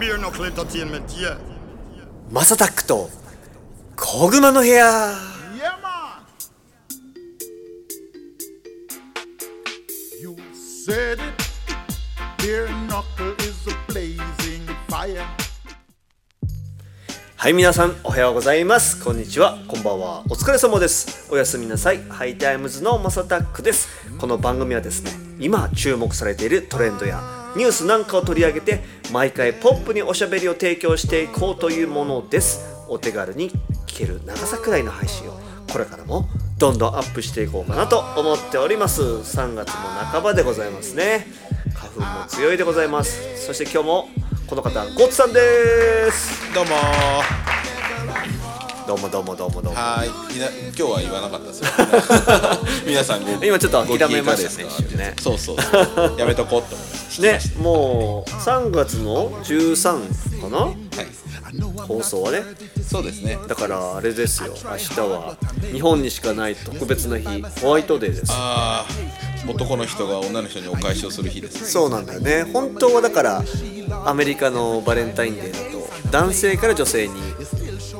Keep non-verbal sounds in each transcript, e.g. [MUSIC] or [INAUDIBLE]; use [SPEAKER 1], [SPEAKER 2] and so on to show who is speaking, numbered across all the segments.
[SPEAKER 1] Beer Knuckle Entertainment, yeah.
[SPEAKER 2] マサタックと小熊の部屋
[SPEAKER 1] Yeah, man. You said it. Beer Knuckle is a blazing fire.
[SPEAKER 2] はい皆さんおはようございますこんにちはこんばんはお疲れ様ですおやすみなさいハイタイムズのマサタックですこの番組はですね今注目されているトレンドやニュースなんかを取り上げて毎回ポップにおしゃべりを提供していこうというものですお手軽に聞ける長さくらいの配信をこれからもどんどんアップしていこうかなと思っております3月も半ばでございますね花粉も強いでございますそして今日もこの方ゴッツさんです
[SPEAKER 3] どうもー
[SPEAKER 2] どうもどうもどうもどうも。
[SPEAKER 3] はーいみな今日は言わなかった
[SPEAKER 2] [LAUGHS]
[SPEAKER 3] ですよ皆さんご
[SPEAKER 2] 今ちょっと
[SPEAKER 3] ご機
[SPEAKER 2] 諦
[SPEAKER 3] 嫌
[SPEAKER 2] め
[SPEAKER 3] いか
[SPEAKER 2] ま
[SPEAKER 3] が
[SPEAKER 2] したね
[SPEAKER 3] ですか
[SPEAKER 2] 一瞬ね
[SPEAKER 3] そうそう
[SPEAKER 2] [LAUGHS]
[SPEAKER 3] そうやめとこうと思いまし
[SPEAKER 2] ね、もう3月の13かな
[SPEAKER 3] た、はい、
[SPEAKER 2] 放送はね。
[SPEAKER 3] そうですね
[SPEAKER 2] だからあれですよ、明日は日本にしかない特別な日、ホワイトデーです。
[SPEAKER 3] ああ男の人が女の人にお返しをする日です
[SPEAKER 2] そうなんだよね。本当はだからアメリカのバレンタインデーだと男性から女性に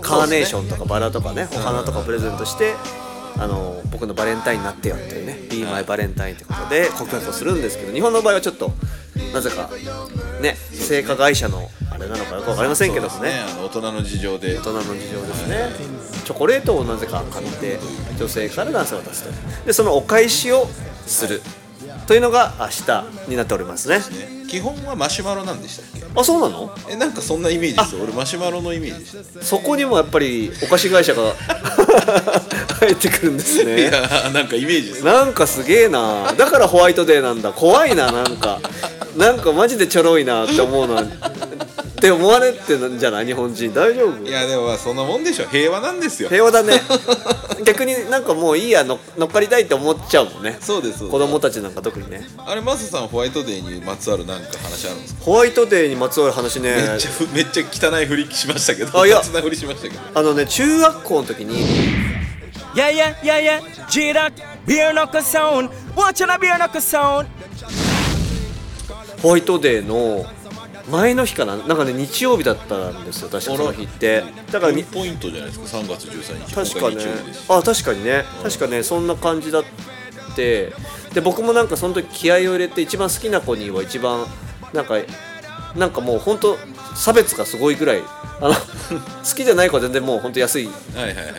[SPEAKER 2] カーネーションとかバラとかね、お花とかプレゼントして。あの僕のバレンタインになってよっていうね「Be my バレンタイン」ってことで告白をするんですけど日本の場合はちょっとなぜかね性加害者のあれなのかよく分かりませんけども
[SPEAKER 3] そう
[SPEAKER 2] ね
[SPEAKER 3] ですあの大人の事情で
[SPEAKER 2] 大人の事情ですねチョコレートをなぜか買って女性から男性を渡すとでそのお返しをするというのが明日になっておりますね
[SPEAKER 3] ね基本はマシュマロなんでしたっ
[SPEAKER 2] あそうなの
[SPEAKER 3] けえなんかそんなイメージですよ俺マシュマロのイメージでしたね
[SPEAKER 2] そこにもやっぱりお菓子会社
[SPEAKER 3] [LAUGHS]
[SPEAKER 2] が入ってくるんです
[SPEAKER 3] い
[SPEAKER 2] ね
[SPEAKER 3] やーなんかイメージです
[SPEAKER 2] なんかすげえなだからホワイトデーなんだ怖いななんかなんかマジでちょろいなって思うなって思われてるんじゃない日本人大丈夫
[SPEAKER 3] いやでもまあそんなもんでしょ平和なんですよ
[SPEAKER 2] 平和だ
[SPEAKER 3] [LAUGHS]
[SPEAKER 2] ね逆になんかもういいやの乗っかりたいって思っちゃうもんね
[SPEAKER 3] そうですそうです
[SPEAKER 2] 子供たちなんか特にね
[SPEAKER 3] あれマサさんホワイトデーにまつわるなんか話あるんですか
[SPEAKER 2] ホワイトデーにまつわる話ね
[SPEAKER 3] めっちゃふめ [LAUGHS] っちゃ汚いふりしましたけど
[SPEAKER 2] あいや
[SPEAKER 3] 雑なふりしましたけど
[SPEAKER 2] あのね中学校の時に
[SPEAKER 4] Yeah, yeah, yeah, yeah. J Rock, beer knuckle sound. Watching a beer knuckle sound.
[SPEAKER 2] ホワイトデーの前の日かななんかね日曜日だったんですよ確かその日ってだからに
[SPEAKER 3] ポイントじゃないですか3月13
[SPEAKER 2] 確
[SPEAKER 3] 日
[SPEAKER 2] かね
[SPEAKER 3] 今回日曜日ですし
[SPEAKER 2] あ確かにね確かねそんな感じだってで僕もなんかその時気合を入れて一番好きな子には一番なんかなんかもう本当差別がすごいぐらいあの [LAUGHS] 好きじゃない子は全然もう本当安い
[SPEAKER 3] はいはいはいはい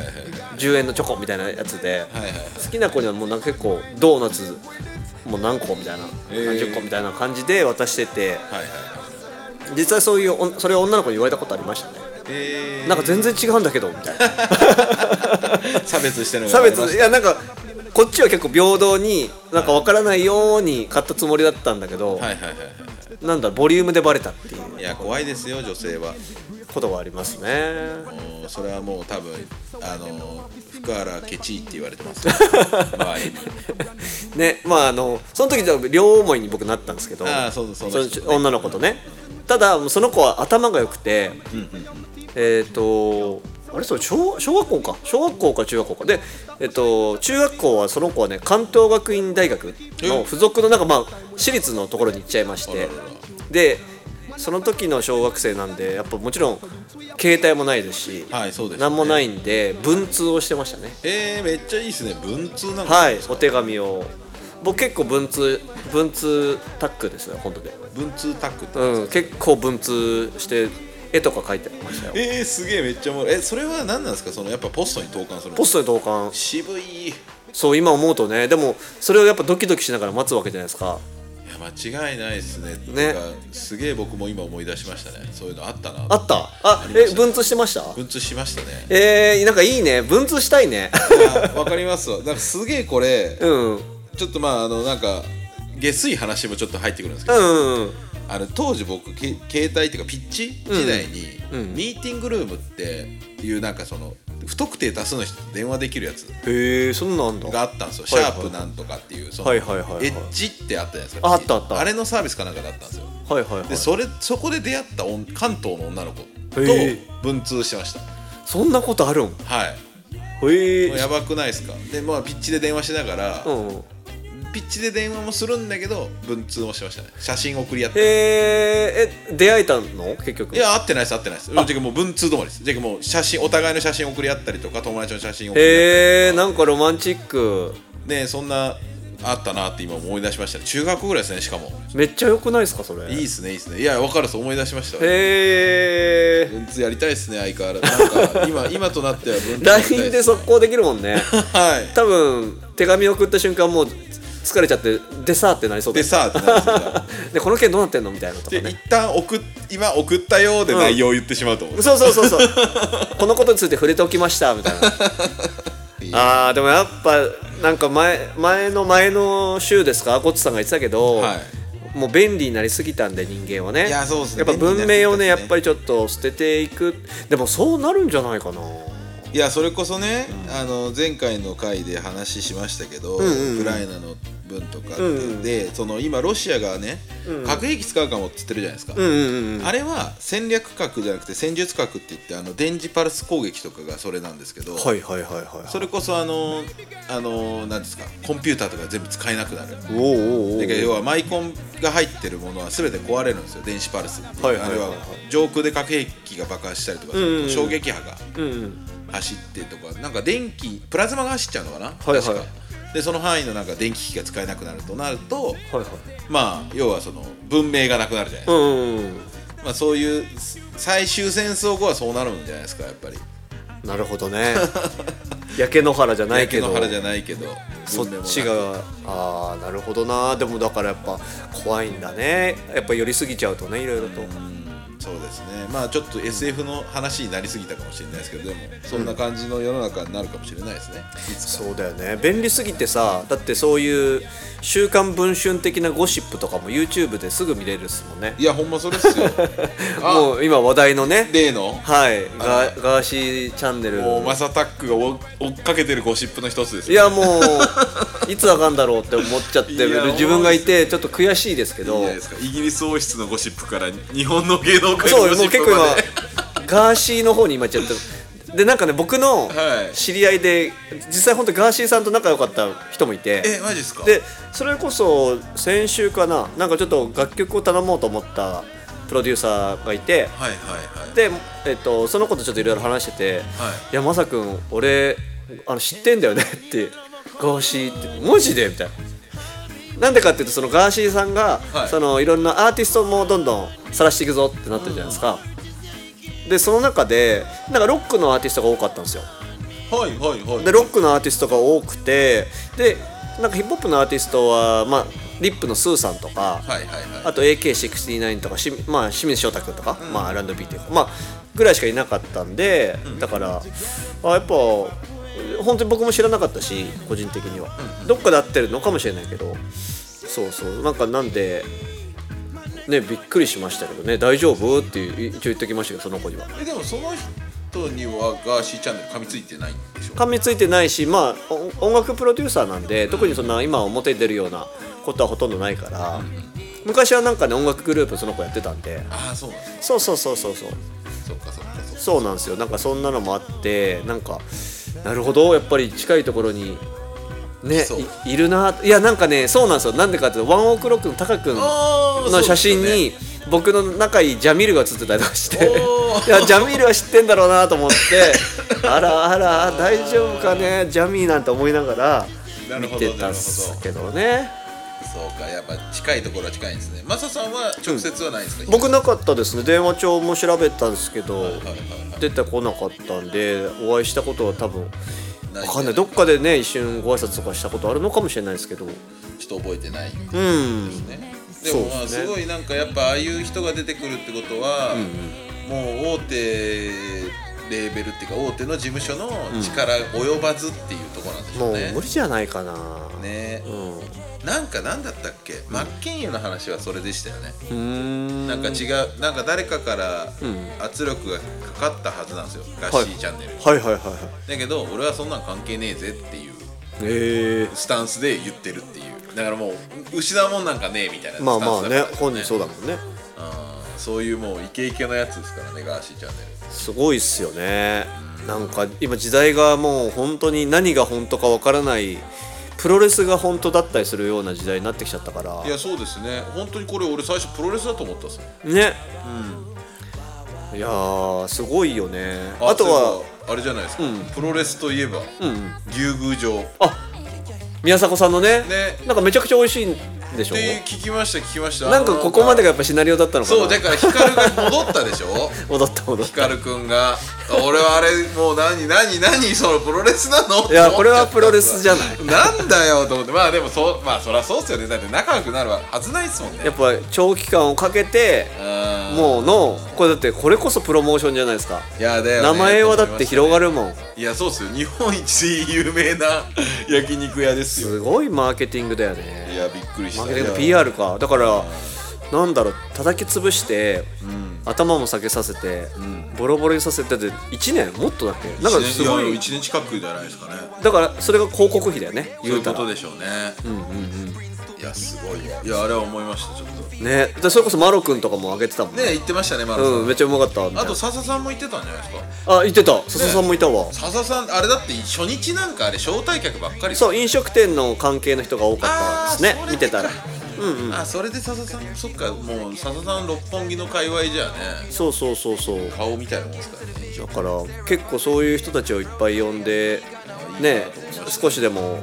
[SPEAKER 2] 10円のチョコみたいなやつで、
[SPEAKER 3] はいはい
[SPEAKER 2] 好きな子にはもうなんか結構ドーナツもう何個みたいな、
[SPEAKER 3] えー
[SPEAKER 2] 何十個みたいな感じで渡してて
[SPEAKER 3] はいはい
[SPEAKER 2] 実はそういうおそれを女の子に言われたことありましたね
[SPEAKER 3] え
[SPEAKER 2] なんか全然違うんだけどみたいな
[SPEAKER 3] [LAUGHS] ー、差別してるのが
[SPEAKER 2] [LAUGHS] 差別
[SPEAKER 3] バレま
[SPEAKER 2] い
[SPEAKER 3] し
[SPEAKER 2] やなんかこっちは結構平等になんか分からないように買ったつもりだったんだけど、
[SPEAKER 3] たはいはいはいは
[SPEAKER 2] なんだボリュームでバレたっていう
[SPEAKER 3] いいや怖いですよ女性は
[SPEAKER 2] ことはありますね
[SPEAKER 3] もうそれはもう多分あの福原ケチいって言われてま
[SPEAKER 2] [LAUGHS]
[SPEAKER 3] すよ周りに
[SPEAKER 2] ねまああのその時じゃ両思いに僕なったんですけど
[SPEAKER 3] あーそうそ
[SPEAKER 2] そ
[SPEAKER 3] うそ
[SPEAKER 2] の
[SPEAKER 3] うですね
[SPEAKER 2] 女の子とねただその子は頭が良くて、えっ、とあれそれ小小学校か小学校か中学校かで、えっと中学校はその子はね関東学院大学の付属のなんかまあ私立のところに行っちゃいまし
[SPEAKER 3] あら
[SPEAKER 2] て
[SPEAKER 3] らら
[SPEAKER 2] でその時の小学生なんでやっぱもちろん携帯もないですし、
[SPEAKER 3] はいそうですね
[SPEAKER 2] 何もないんで文通をしてましたね
[SPEAKER 3] えー、めっちゃいいですね文通なんか
[SPEAKER 2] はい、お手紙を。僕結構文通文通タックですね本当で。
[SPEAKER 3] 文通タックって、
[SPEAKER 2] うん、結構文通して絵とか描いてましたよ。
[SPEAKER 3] えー、すげえめっちゃおもろいえそれは何なんですかそのやっぱポストに投函するの
[SPEAKER 2] ポストに投函。
[SPEAKER 3] 渋いい
[SPEAKER 2] そう今思うとね、でもそれをやっぱドキドキしながら待つわけじゃないですか。
[SPEAKER 3] や間違いないですね
[SPEAKER 2] ね
[SPEAKER 3] ねすげえ僕も今思い出しましたねそういうのあったな
[SPEAKER 2] あった。あ、
[SPEAKER 3] りま
[SPEAKER 2] え
[SPEAKER 3] した
[SPEAKER 2] 文通してました。
[SPEAKER 3] 文通しましたね
[SPEAKER 2] えー、なんかいいね。文通したいね。
[SPEAKER 3] [LAUGHS] あわかりますわだからすげえこ
[SPEAKER 2] [LAUGHS]
[SPEAKER 3] れ
[SPEAKER 2] うん、うん
[SPEAKER 3] ちょっとまああのなんか下水話もちょっと入ってくるんですけど、
[SPEAKER 2] うんうん。
[SPEAKER 3] あの当時僕け携帯っていうかピッチ時代に、ミーティングルームっていうなんかその不特定多数の人と電話できるやつ
[SPEAKER 2] へえ、そんなん
[SPEAKER 3] が
[SPEAKER 2] だ。
[SPEAKER 3] あったんですよ、
[SPEAKER 2] はいはい
[SPEAKER 3] シャープなんとかっていうその、
[SPEAKER 2] はいはいはいはい
[SPEAKER 3] エッジってあったじゃないですか
[SPEAKER 2] ああったあった
[SPEAKER 3] あれのサービスかなんかだったんですよ
[SPEAKER 2] はいはいはい
[SPEAKER 3] で。それそこで出会ったおん関東の女の子と
[SPEAKER 2] へえ
[SPEAKER 3] 文通してました
[SPEAKER 2] そんなことあるん。
[SPEAKER 3] はい
[SPEAKER 2] へ
[SPEAKER 3] もう
[SPEAKER 2] え。
[SPEAKER 3] やばくないですかでまあピッチで電話しながら、
[SPEAKER 2] うんうん。
[SPEAKER 3] ピピッチで電話もするんだけど文通もしてましたね写真送り合って
[SPEAKER 2] えー、え出会えたの結局
[SPEAKER 3] いや会ってないです会ってないですじゃあもう文通止まりですじゃあもう写真お互いの写真送り合ったりとか友達の写真送り合ったり
[SPEAKER 2] へえー、なんかロマンチック
[SPEAKER 3] ねそんなあったなって今思い出しましたね中学校ぐらいですねしかも
[SPEAKER 2] めっちゃ良くないですかそれ
[SPEAKER 3] いいですねいいですねいや分かるっす思い出しました
[SPEAKER 2] へえ
[SPEAKER 3] 文通やりたいですね相変わらずなんか今今となっては文通
[SPEAKER 2] ー、
[SPEAKER 3] やりたい
[SPEAKER 2] LINE で速攻できるもんね
[SPEAKER 3] はい
[SPEAKER 2] 多分手紙送った瞬間もう疲れちゃってでさーってなりそうだ
[SPEAKER 3] で
[SPEAKER 2] よ
[SPEAKER 3] さあってなるんですよ
[SPEAKER 2] [LAUGHS] でこの件どうなってんのみたいなとか
[SPEAKER 3] で
[SPEAKER 2] ね
[SPEAKER 3] 一旦送っ今送ったようで内容を言ってしまうと思う、
[SPEAKER 2] そうそうそうそうこのことについて触れておきましたみたいなあーでもやっぱなんか前前の前の週ですかこっちさんが言ってたけど、
[SPEAKER 3] はい
[SPEAKER 2] もう便利になりすぎたんで人間はね
[SPEAKER 3] いやそうですね
[SPEAKER 2] やっぱ文明をね
[SPEAKER 3] 便利になりす
[SPEAKER 2] やっ
[SPEAKER 3] ぎたっすね
[SPEAKER 2] ぱりちょっと捨てていくでもそうなるんじゃないかない
[SPEAKER 3] やそれこそね、あの前回の回で話しましたけど、ウクライナの分とかってで、その今ロシアがね、核兵器使うかもって言ってるじゃないですか、
[SPEAKER 2] うんうんうん
[SPEAKER 3] あれは戦略核じゃなくて戦術核って言ってあの電磁パルス攻撃とかがそれなんですけど、
[SPEAKER 2] はいはいはいはい
[SPEAKER 3] それこそあのあのなんですかコンピューターとか全部使えなくなる
[SPEAKER 2] おーおーお
[SPEAKER 3] だ
[SPEAKER 2] ー
[SPEAKER 3] けど要はマイコンが入ってるものは全て壊れるんですよ電子パルスっていう、
[SPEAKER 2] はいはいはいはい
[SPEAKER 3] あれは上空で核兵器が爆発したりとかすると衝撃波が
[SPEAKER 2] うんうん
[SPEAKER 3] 走ってとかなんか電気プラズマが走っちゃうのかな、
[SPEAKER 2] いはい
[SPEAKER 3] 確かでその範囲のなんか電気機が使えなくなるとなると
[SPEAKER 2] はいはい
[SPEAKER 3] まあ要はその文明がなくなるじゃないです
[SPEAKER 2] う
[SPEAKER 3] か、
[SPEAKER 2] んうんうん
[SPEAKER 3] まあ、そういう最終戦争後はそうなるんじゃないですかやっぱり
[SPEAKER 2] なるほど
[SPEAKER 3] [LAUGHS]
[SPEAKER 2] ね焼け野原じゃないけど
[SPEAKER 3] 焼け野原じゃないけど
[SPEAKER 2] そっ
[SPEAKER 3] 文明もなく
[SPEAKER 2] ちがああなるほどなでもだからやっぱ怖いんだねやっぱ寄りすぎちゃうとねいろいろと
[SPEAKER 3] そうですねまあちょっと SF の話になりすぎたかもしれないですけどでもそんな感じの世の中になるかもしれないですね、いつか
[SPEAKER 2] そうだよね便利すぎてさだってそういう「週刊文春」的なゴシップとかも YouTube ですぐ見れるっすもんね
[SPEAKER 3] いやほんまそれっすよ
[SPEAKER 2] [LAUGHS]
[SPEAKER 3] あ
[SPEAKER 2] もう今話題のね
[SPEAKER 3] 例の
[SPEAKER 2] はいガガーシーチャンネル
[SPEAKER 3] もうマサタックが追追っかけてるゴシップの一つです
[SPEAKER 2] い
[SPEAKER 3] よ
[SPEAKER 2] やもういつわかんだろうって思っちゃって
[SPEAKER 3] いや
[SPEAKER 2] る自分がいてちょっと悔しいですけ
[SPEAKER 3] いい
[SPEAKER 2] ど
[SPEAKER 3] じゃないですかイギリス王室のゴシップから日本の芸能界
[SPEAKER 2] そ
[SPEAKER 3] のゴ
[SPEAKER 2] うも
[SPEAKER 3] シ
[SPEAKER 2] う
[SPEAKER 3] ップ
[SPEAKER 2] 結
[SPEAKER 3] ま
[SPEAKER 2] 構
[SPEAKER 3] で
[SPEAKER 2] 今ガーシーの方に今行っちゃって
[SPEAKER 3] [LAUGHS]
[SPEAKER 2] るでなんかね僕の
[SPEAKER 3] はい
[SPEAKER 2] 知り合いで、実際本当ガーシーさんと仲良かった人もいて
[SPEAKER 3] えマジですか
[SPEAKER 2] でそれこそ先週かななんかちょっと楽曲を頼もうと思ったプロデューサーがいて
[SPEAKER 3] はいはいはい
[SPEAKER 2] で、えっと、そのことちょっといろいろ話してて「
[SPEAKER 3] はい
[SPEAKER 2] いやまさくん俺あの知ってんだよね」 [LAUGHS] って「ガーシーってマジで?」みたいな。なんでかっていうとそのガーシーさんが、
[SPEAKER 3] はい
[SPEAKER 2] い、そのいろんなアーティストもどんどん晒していくぞってなってるじゃないですか、でその中でなんかロックのアーティストが多かったんですよ
[SPEAKER 3] はいはいはい
[SPEAKER 2] でロックのアーティストが多くてでなんかヒップホップのアーティストは、まあ、リップのスーさんとか、
[SPEAKER 3] はいはいは
[SPEAKER 2] あと AK69 とかし、まあ、清水翔太君とか、まあ、R&B というか、まあ、ぐらいしかいなかったんで、だからあやっぱ本当に僕も知らなかったし個人的には、どっかで合ってるのかもしれないけどそうそうなんかなんで。ね、びっくりしましたけどね大丈夫っていう一応言ってきましたけどその子にはい
[SPEAKER 3] えでもその人にはガーシーチャンネル噛みついてないんでしょ
[SPEAKER 2] 噛みついてないし、まあ、お音楽プロデューサーなんで特にそんな今表に出るようなことはほとんどないから昔はなんかね音楽グループその子やってたんで
[SPEAKER 3] ああそうなんです
[SPEAKER 2] そうそうそうそうそう
[SPEAKER 3] そっかそっかそっか
[SPEAKER 2] そうなんですよなんかそんなのもあってなんかなるほどやっぱり近いところにね
[SPEAKER 3] そう
[SPEAKER 2] いいるないやなんかねそうなんですよなんでかっていうとワンオークロックのタカ君
[SPEAKER 3] あー
[SPEAKER 2] の写真
[SPEAKER 3] そうです
[SPEAKER 2] に僕の仲いいジャミールが写ってたりとかして
[SPEAKER 3] おー
[SPEAKER 2] [LAUGHS] いやジャミールは知ってんだろうなと思って
[SPEAKER 3] [LAUGHS]
[SPEAKER 2] あらあら大丈夫かねジャミーなんて思いなが
[SPEAKER 3] な
[SPEAKER 2] ら
[SPEAKER 3] る
[SPEAKER 2] 見
[SPEAKER 3] ほど
[SPEAKER 2] てたんすけどね
[SPEAKER 3] そうかやっぱ近いところは近いんですねマサさんは直接はないんですか、
[SPEAKER 2] 僕なかったですね電話帳も調べたんですけど、
[SPEAKER 3] はいはいはい
[SPEAKER 2] 出てこなかったんでお会いしたことは多分
[SPEAKER 3] ない
[SPEAKER 2] わかんないどっかでね一瞬ご挨拶とかしたことあるのかもしれないですけどう
[SPEAKER 3] ちょっと覚えてないんで
[SPEAKER 2] ん
[SPEAKER 3] すね、でもま
[SPEAKER 2] そう
[SPEAKER 3] あ
[SPEAKER 2] ですね
[SPEAKER 3] すごいなんかやっぱああいう人が出てくるってことは、もう大手レーベルっていうか大手の事務所の力及ばずっていうところなんでしょ
[SPEAKER 2] もう
[SPEAKER 3] うね、
[SPEAKER 2] 無理じゃないかな
[SPEAKER 3] ね
[SPEAKER 2] うんう
[SPEAKER 3] なんかなんだったっけ、マッケンユの話はそれでしたよね、
[SPEAKER 2] ーん
[SPEAKER 3] なんか違うなんか誰かから
[SPEAKER 2] ん
[SPEAKER 3] 圧力がかかったはずなんですよ、ガッシーチャンネル、
[SPEAKER 2] はいはいはいはい
[SPEAKER 3] だけど俺はそんなん関係ねえぜっていう
[SPEAKER 2] ええ
[SPEAKER 3] スタンスで言ってるっていうだからもう失うもんなんかねえみたいなスタンス
[SPEAKER 2] まあまあ
[SPEAKER 3] だ
[SPEAKER 2] ね
[SPEAKER 3] ったん
[SPEAKER 2] 本
[SPEAKER 3] で
[SPEAKER 2] 人
[SPEAKER 3] す
[SPEAKER 2] そうだもんね
[SPEAKER 3] うんそういうもうイケイケのやつですからねガーシーチャンネ
[SPEAKER 2] すごいっすよねなんか今時代がもう本当に何が本当かわからないプロレスが本当だったりするような時代になってきちゃったから
[SPEAKER 3] いやそうですね本当にこれ俺最初プロレスだと思ったっす
[SPEAKER 2] ね、いやーすごいよねあ
[SPEAKER 3] あ
[SPEAKER 2] とは
[SPEAKER 3] そういえばあれじゃないですか、プロレスといえば、竜宮城っ
[SPEAKER 2] 宮迫さんのね
[SPEAKER 3] ね
[SPEAKER 2] なんかめちゃくちゃ美味しいんでしょ
[SPEAKER 3] て聞きました聞きました
[SPEAKER 2] なんかここまでが
[SPEAKER 3] が
[SPEAKER 2] やっぱシナリオだったのかな
[SPEAKER 3] そうだから光が戻ったでしょ [LAUGHS]
[SPEAKER 2] 踊った踊った
[SPEAKER 3] 光くんが俺はあれもう何何何そのプロレスなの
[SPEAKER 2] いやこれはプロレスじゃない
[SPEAKER 3] なんだよと思ってまあでもそうまあそりゃそうっすよねだって仲良くなるはずないっすもんね
[SPEAKER 2] やっぱ長期間をかけて
[SPEAKER 3] うん
[SPEAKER 2] もうのこれだってこれこそプロモーションじゃないですか
[SPEAKER 3] いやだよね
[SPEAKER 2] 名前はだって広がるもん
[SPEAKER 3] いやそうっすよ日本一有
[SPEAKER 2] [LAUGHS]
[SPEAKER 3] 名な焼肉屋ですよ
[SPEAKER 2] すごいマーケティングだよね
[SPEAKER 3] いやびっくりした
[SPEAKER 2] マーケティング
[SPEAKER 3] いや
[SPEAKER 2] PR かだからなんだろう叩き潰して、頭も下げさせて、ボロボロにさせてだって1年もっとだっけなんかすご
[SPEAKER 3] いや
[SPEAKER 2] い
[SPEAKER 3] 一年近くじゃないですかね
[SPEAKER 2] だからそれが広告費だよね
[SPEAKER 3] そう
[SPEAKER 2] 言
[SPEAKER 3] いうう
[SPEAKER 2] た
[SPEAKER 3] こ
[SPEAKER 2] ら
[SPEAKER 3] とでしょうねうんうんうんいやすごいわいやあれは思いましたちょっとね
[SPEAKER 2] ねでそれこそマロ君とかもあげてたもんね
[SPEAKER 3] 言ってましたねマラさ
[SPEAKER 2] うん
[SPEAKER 3] ん
[SPEAKER 2] めっちゃうまかったみた
[SPEAKER 3] あ
[SPEAKER 2] いな
[SPEAKER 3] と笹さんも言ってたんじゃないですか
[SPEAKER 2] あ言ってた笹さんもいたわ、
[SPEAKER 3] 笹さんあれだって初日なんかあれ招待客ばっかり
[SPEAKER 2] そう飲食店の関係の人が多か
[SPEAKER 3] あ
[SPEAKER 2] ったです
[SPEAKER 3] あそ
[SPEAKER 2] ね
[SPEAKER 3] れで
[SPEAKER 2] 見てたら
[SPEAKER 3] かあそれで笹さんそっかもう笹さん六本木の界隈じゃね
[SPEAKER 2] そうそうそうそう
[SPEAKER 3] 顔みたいなもんですからね
[SPEAKER 2] だから結構そういう人たちをいっぱい呼んでね少しでも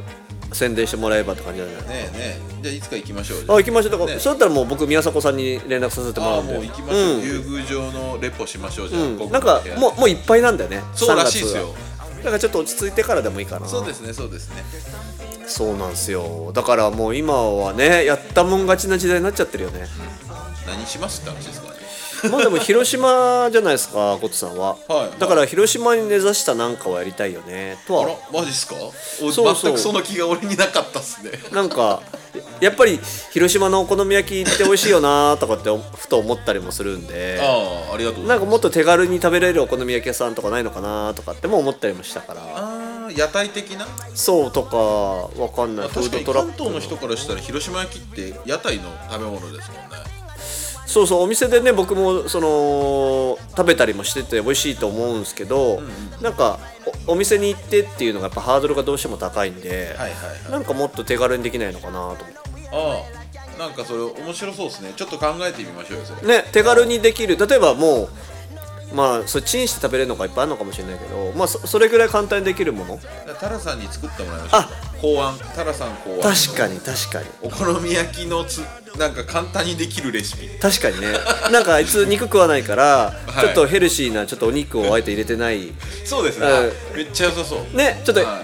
[SPEAKER 2] 宣伝してもらえばって感じじゃない
[SPEAKER 3] ねえねえじゃあいつか行きましょう
[SPEAKER 2] あ行きましょうだから、
[SPEAKER 3] ね
[SPEAKER 2] そうだったらもう僕宮迫さんに連絡させてもら
[SPEAKER 3] ああ
[SPEAKER 2] うんで
[SPEAKER 3] もう行きましょう、
[SPEAKER 2] ん
[SPEAKER 3] 竜宮城のレポしましょうじゃあ、
[SPEAKER 2] う
[SPEAKER 3] 僕
[SPEAKER 2] ん、なんかもうもういっぱいなんだよね
[SPEAKER 3] そ
[SPEAKER 2] 3
[SPEAKER 3] うら
[SPEAKER 2] 月
[SPEAKER 3] しいです
[SPEAKER 2] は
[SPEAKER 3] よ
[SPEAKER 2] だからちょっと落ち着いてからでもいいかな
[SPEAKER 3] そうですねそうですね
[SPEAKER 2] そうなんですよだからもう今はねやったもん勝ちな時代になっちゃってるよね
[SPEAKER 3] 何しますって
[SPEAKER 2] [LAUGHS]
[SPEAKER 3] 話ですからね
[SPEAKER 2] まあでも広島じゃないですかゴットさんは、
[SPEAKER 3] はい
[SPEAKER 2] だから広島に根ざしたなんかをやりたいよねと
[SPEAKER 3] あ
[SPEAKER 2] は
[SPEAKER 3] らマジっすかお
[SPEAKER 2] そう
[SPEAKER 3] 全くその気が俺になかったっすね
[SPEAKER 2] なんかやっぱり広島のお好み焼きって美味しいよなとかってふと思ったりもするんで
[SPEAKER 3] ああありがとうござ
[SPEAKER 2] ないんかもっと手軽に食べれるお好み焼き屋さんとかないのかなとかっても思ったりもしたから
[SPEAKER 3] ますああ屋台的な
[SPEAKER 2] そうとかわかんないフ
[SPEAKER 3] 確か
[SPEAKER 2] ー
[SPEAKER 3] に
[SPEAKER 2] ドトラ
[SPEAKER 3] 関
[SPEAKER 2] ッ
[SPEAKER 3] 東
[SPEAKER 2] ク
[SPEAKER 3] の人からしたら広島焼きって屋台の食べ物ですもんね
[SPEAKER 2] そうそうお店でね僕もその食べたりもしてて美味しいと思うんですけど、なんかおお店に行ってっていうのがやっぱハードルがどうしても高いんで、
[SPEAKER 3] はいはいはい
[SPEAKER 2] なんかもっと手軽にできないのかなと思って。
[SPEAKER 3] ああなんかそれ面白そうですねちょっと考えてみましょうよそれ
[SPEAKER 2] ね手軽にできる例えばもうまあそれチンして食べれるのがいっぱいあるのかもしれないけどまあそそれぐらい簡単にできるもの
[SPEAKER 3] タラさんに作ってもらいましょう考案タラさん考案
[SPEAKER 2] 確かに確かに
[SPEAKER 3] お好み焼きのつなんか簡単にできるレシピ
[SPEAKER 2] 確かにねなんかあいつ肉食わないから、
[SPEAKER 3] い
[SPEAKER 2] ちょっとヘルシーなちょっとお肉をあえて入れてない
[SPEAKER 3] そうですね
[SPEAKER 2] はい
[SPEAKER 3] あめっちゃ良さそう
[SPEAKER 2] ねちょっと、
[SPEAKER 3] は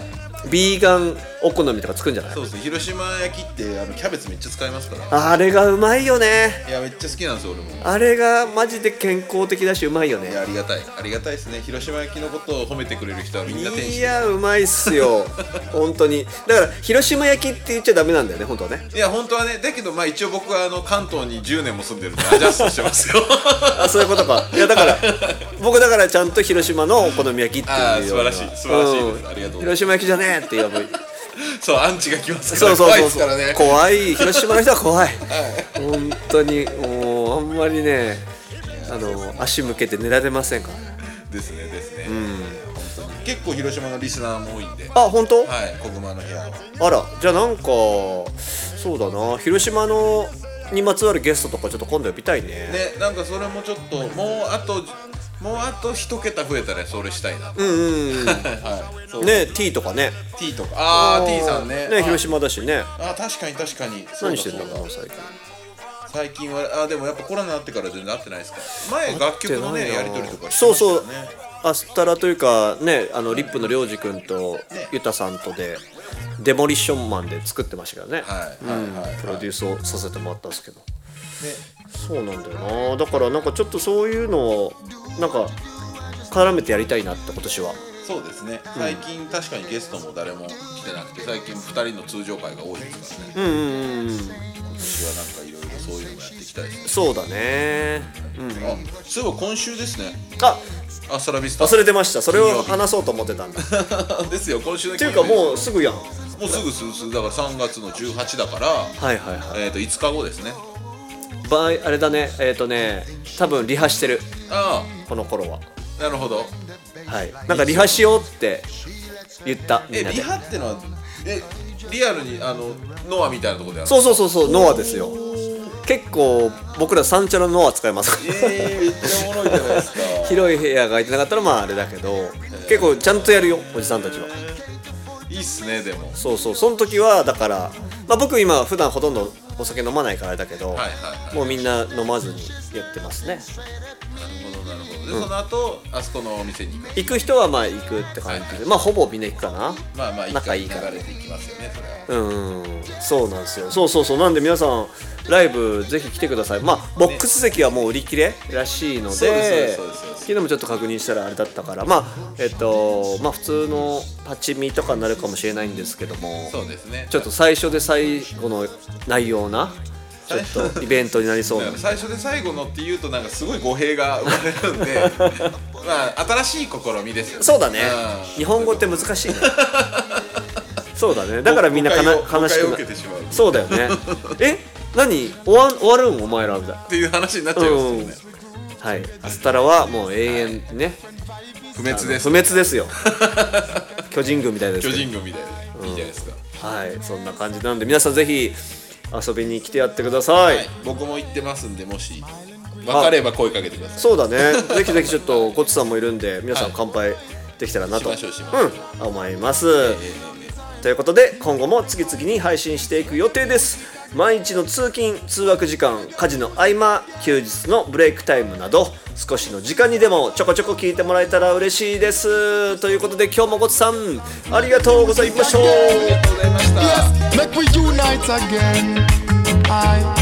[SPEAKER 2] ビーガンお好みとか作るんじゃない
[SPEAKER 3] そうですね広島焼きってあのキャベツめっちゃ使いますから
[SPEAKER 2] あれがうまいよね
[SPEAKER 3] いやめっちゃ好きなんですよ俺も
[SPEAKER 2] あれがマジで健康的だしうまいよ
[SPEAKER 3] いや
[SPEAKER 2] ね
[SPEAKER 3] ありがたいありがたいですね広島焼きのことを褒めてくれる人はみんな天
[SPEAKER 2] い
[SPEAKER 3] 使
[SPEAKER 2] やうまいっす
[SPEAKER 3] [LAUGHS]
[SPEAKER 2] よ本当にだから広島焼きって言っちゃダメなんだよね本当はね
[SPEAKER 3] いや本当はねだけどまあ一応僕はあの関東に10年も住んでるんでアジャストしてま
[SPEAKER 2] [LAUGHS]
[SPEAKER 3] すよ
[SPEAKER 2] あそういうことか [LAUGHS] いやだから僕だからちゃんと広島のお好み焼きって
[SPEAKER 3] あ
[SPEAKER 2] い
[SPEAKER 3] ー
[SPEAKER 2] う
[SPEAKER 3] 素
[SPEAKER 2] よう
[SPEAKER 3] 晴
[SPEAKER 2] な
[SPEAKER 3] らしい素晴らしいです
[SPEAKER 2] ん
[SPEAKER 3] ありがとうございます
[SPEAKER 2] 広島焼きじゃねえって言えばいい
[SPEAKER 3] そうアンチが来ますか
[SPEAKER 2] そ
[SPEAKER 3] ら
[SPEAKER 2] うそう
[SPEAKER 3] 怖
[SPEAKER 2] そう
[SPEAKER 3] いです
[SPEAKER 2] そ
[SPEAKER 3] か
[SPEAKER 2] う
[SPEAKER 3] らね
[SPEAKER 2] 怖い広島の人は怖い本当にもうあんまりねあの足向けて寝られませんから
[SPEAKER 3] ですねですね、本当に結構広島のリスナーも多いんでは
[SPEAKER 2] あ本当、
[SPEAKER 3] い小熊の部屋は
[SPEAKER 2] あらじゃあなんかそうだな広島のにまつわるゲストとかちょっと今度呼びたいね
[SPEAKER 3] ねなんかそれもちょっともうあともうあと一桁増えたらそれしたいな、
[SPEAKER 2] うんうんうん
[SPEAKER 3] はいそう
[SPEAKER 2] ね T とかね
[SPEAKER 3] T とかああ T さんね
[SPEAKER 2] ね広
[SPEAKER 3] 島
[SPEAKER 2] 島だしね
[SPEAKER 3] あー確かに確かにそ
[SPEAKER 2] 何
[SPEAKER 3] うだ
[SPEAKER 2] してんだ
[SPEAKER 3] そう
[SPEAKER 2] ろう最近
[SPEAKER 3] 最近はあーでもやっぱコロナになってから全然会ってないですから前楽曲の
[SPEAKER 2] 会ってないな
[SPEAKER 3] ねやり取りとかし
[SPEAKER 2] そう
[SPEAKER 3] てました
[SPEAKER 2] そ
[SPEAKER 3] よ
[SPEAKER 2] う
[SPEAKER 3] ね
[SPEAKER 2] アスタラというかねあのリップのりょうじくんとゆたさんとでデモリッションマンで作ってましたけどね、
[SPEAKER 3] はいはいはい
[SPEAKER 2] プロデュースをさせてもらったんですけど
[SPEAKER 3] ね
[SPEAKER 2] そうなんだよなだからなんかちょっとそういうのをなんか絡めてやりたいなって今年は
[SPEAKER 3] そうですね最近確かにゲストも誰も来てなくて最近2人の通常会が多いですから
[SPEAKER 2] う
[SPEAKER 3] ね
[SPEAKER 2] んうんうん
[SPEAKER 3] 今年はなんかいろいろそういうのもやっていきたいですね
[SPEAKER 2] そうだねうん
[SPEAKER 3] あそういえば今週ですね
[SPEAKER 2] あ
[SPEAKER 3] アストラビスタ
[SPEAKER 2] 忘れてましたそれを話そうと思ってたんだっ
[SPEAKER 3] ですよ今週の
[SPEAKER 2] ていうかもう
[SPEAKER 3] 金
[SPEAKER 2] すぐやんは
[SPEAKER 3] 曜日もうすぐすぐすぐだから3月の18だから、
[SPEAKER 2] いはいはい
[SPEAKER 3] えー、と5日後ですね
[SPEAKER 2] 場合あれだねえっ、とね多分リハしてる
[SPEAKER 3] あ
[SPEAKER 2] この頃は
[SPEAKER 3] あなるほど
[SPEAKER 2] はい、なんかリハしようって言ったみ
[SPEAKER 3] え
[SPEAKER 2] んな
[SPEAKER 3] リ
[SPEAKER 2] で
[SPEAKER 3] ハってのはえリアルにあのノアみたいなところでやる
[SPEAKER 2] そうそうそうそうノアですよ結構僕ら三茶のノア使いますから
[SPEAKER 3] えー、めっちゃおもろいじゃないですか
[SPEAKER 2] [LAUGHS] 広い部屋が空いてなかったらまああれだけど結構ちゃんとやるよおじさんたちはい
[SPEAKER 3] いっすねでも
[SPEAKER 2] そうそうその時はだから、まあ、僕今普段ほとんどお酒飲まないからあれだけど、
[SPEAKER 3] はいはいはい
[SPEAKER 2] もうみんな飲まずにやってますね
[SPEAKER 3] なるほどなるほどで、その後あそこのお店に行く
[SPEAKER 2] 行く人はまあ行くって感じで、
[SPEAKER 3] はいはい
[SPEAKER 2] まあほぼみんな行くかな
[SPEAKER 3] まあまあ一
[SPEAKER 2] 仲
[SPEAKER 3] 回
[SPEAKER 2] いい
[SPEAKER 3] 流
[SPEAKER 2] から
[SPEAKER 3] れていきますよねそれは
[SPEAKER 2] うんそうなんですよそうそうそうなんで皆さんライブぜひ来てくださいまあボックス席はもう売り切れらしいの
[SPEAKER 3] そうで
[SPEAKER 2] です
[SPEAKER 3] そうですそうです
[SPEAKER 2] 昨日もちょっと確認したらあれだったからまあえっとまあ普通の立ち見とかになるかもしれないんですけども
[SPEAKER 3] そうですね
[SPEAKER 2] ちょっと最初で最後の内容なちょっとイベントになりそうな
[SPEAKER 3] だから最初で最後のっていうとなんかすごい語弊が生まれ
[SPEAKER 2] [LAUGHS]
[SPEAKER 3] るんでまあ新しい試みですよね
[SPEAKER 2] そうだね
[SPEAKER 3] ん
[SPEAKER 2] 日本語って難しいねそうだねだからみんなかな
[SPEAKER 3] 誤解を
[SPEAKER 2] 悲しく
[SPEAKER 3] 誤解を
[SPEAKER 2] な
[SPEAKER 3] 受けてしまう
[SPEAKER 2] そうだよ
[SPEAKER 3] [LAUGHS]
[SPEAKER 2] ねえ何終わん終わるんお前らみたいな
[SPEAKER 3] っていう話になっちゃいますよね、
[SPEAKER 2] はいアスタラはもう永遠ね、
[SPEAKER 3] 不滅です
[SPEAKER 2] 不滅ですよ [LAUGHS] 巨人軍みたいですけ
[SPEAKER 3] 巨
[SPEAKER 2] ど
[SPEAKER 3] 人軍みたいでいいじゃないですか、
[SPEAKER 2] はいそんな感じなんで皆さんぜひ遊びに来てやってください、
[SPEAKER 3] はい、僕も行ってますんでもし分かれば声かけてくださ
[SPEAKER 2] そうだねぜひぜひちょっとコツさんもいるんで皆さん
[SPEAKER 3] はい
[SPEAKER 2] 乾杯できたらなと、
[SPEAKER 3] しましょうしましょう
[SPEAKER 2] うん、思います、
[SPEAKER 3] い、えー
[SPEAKER 2] ということで今後も次々に配信していく予定です毎日の通勤通学時間家事の合間休日のブレイクタイムなど少しの時間にでもちょこちょこ聞いてもらえたら嬉しいですということで今日もごつさんありがとうございました
[SPEAKER 3] ありがとうございました
[SPEAKER 1] Make we unite again. I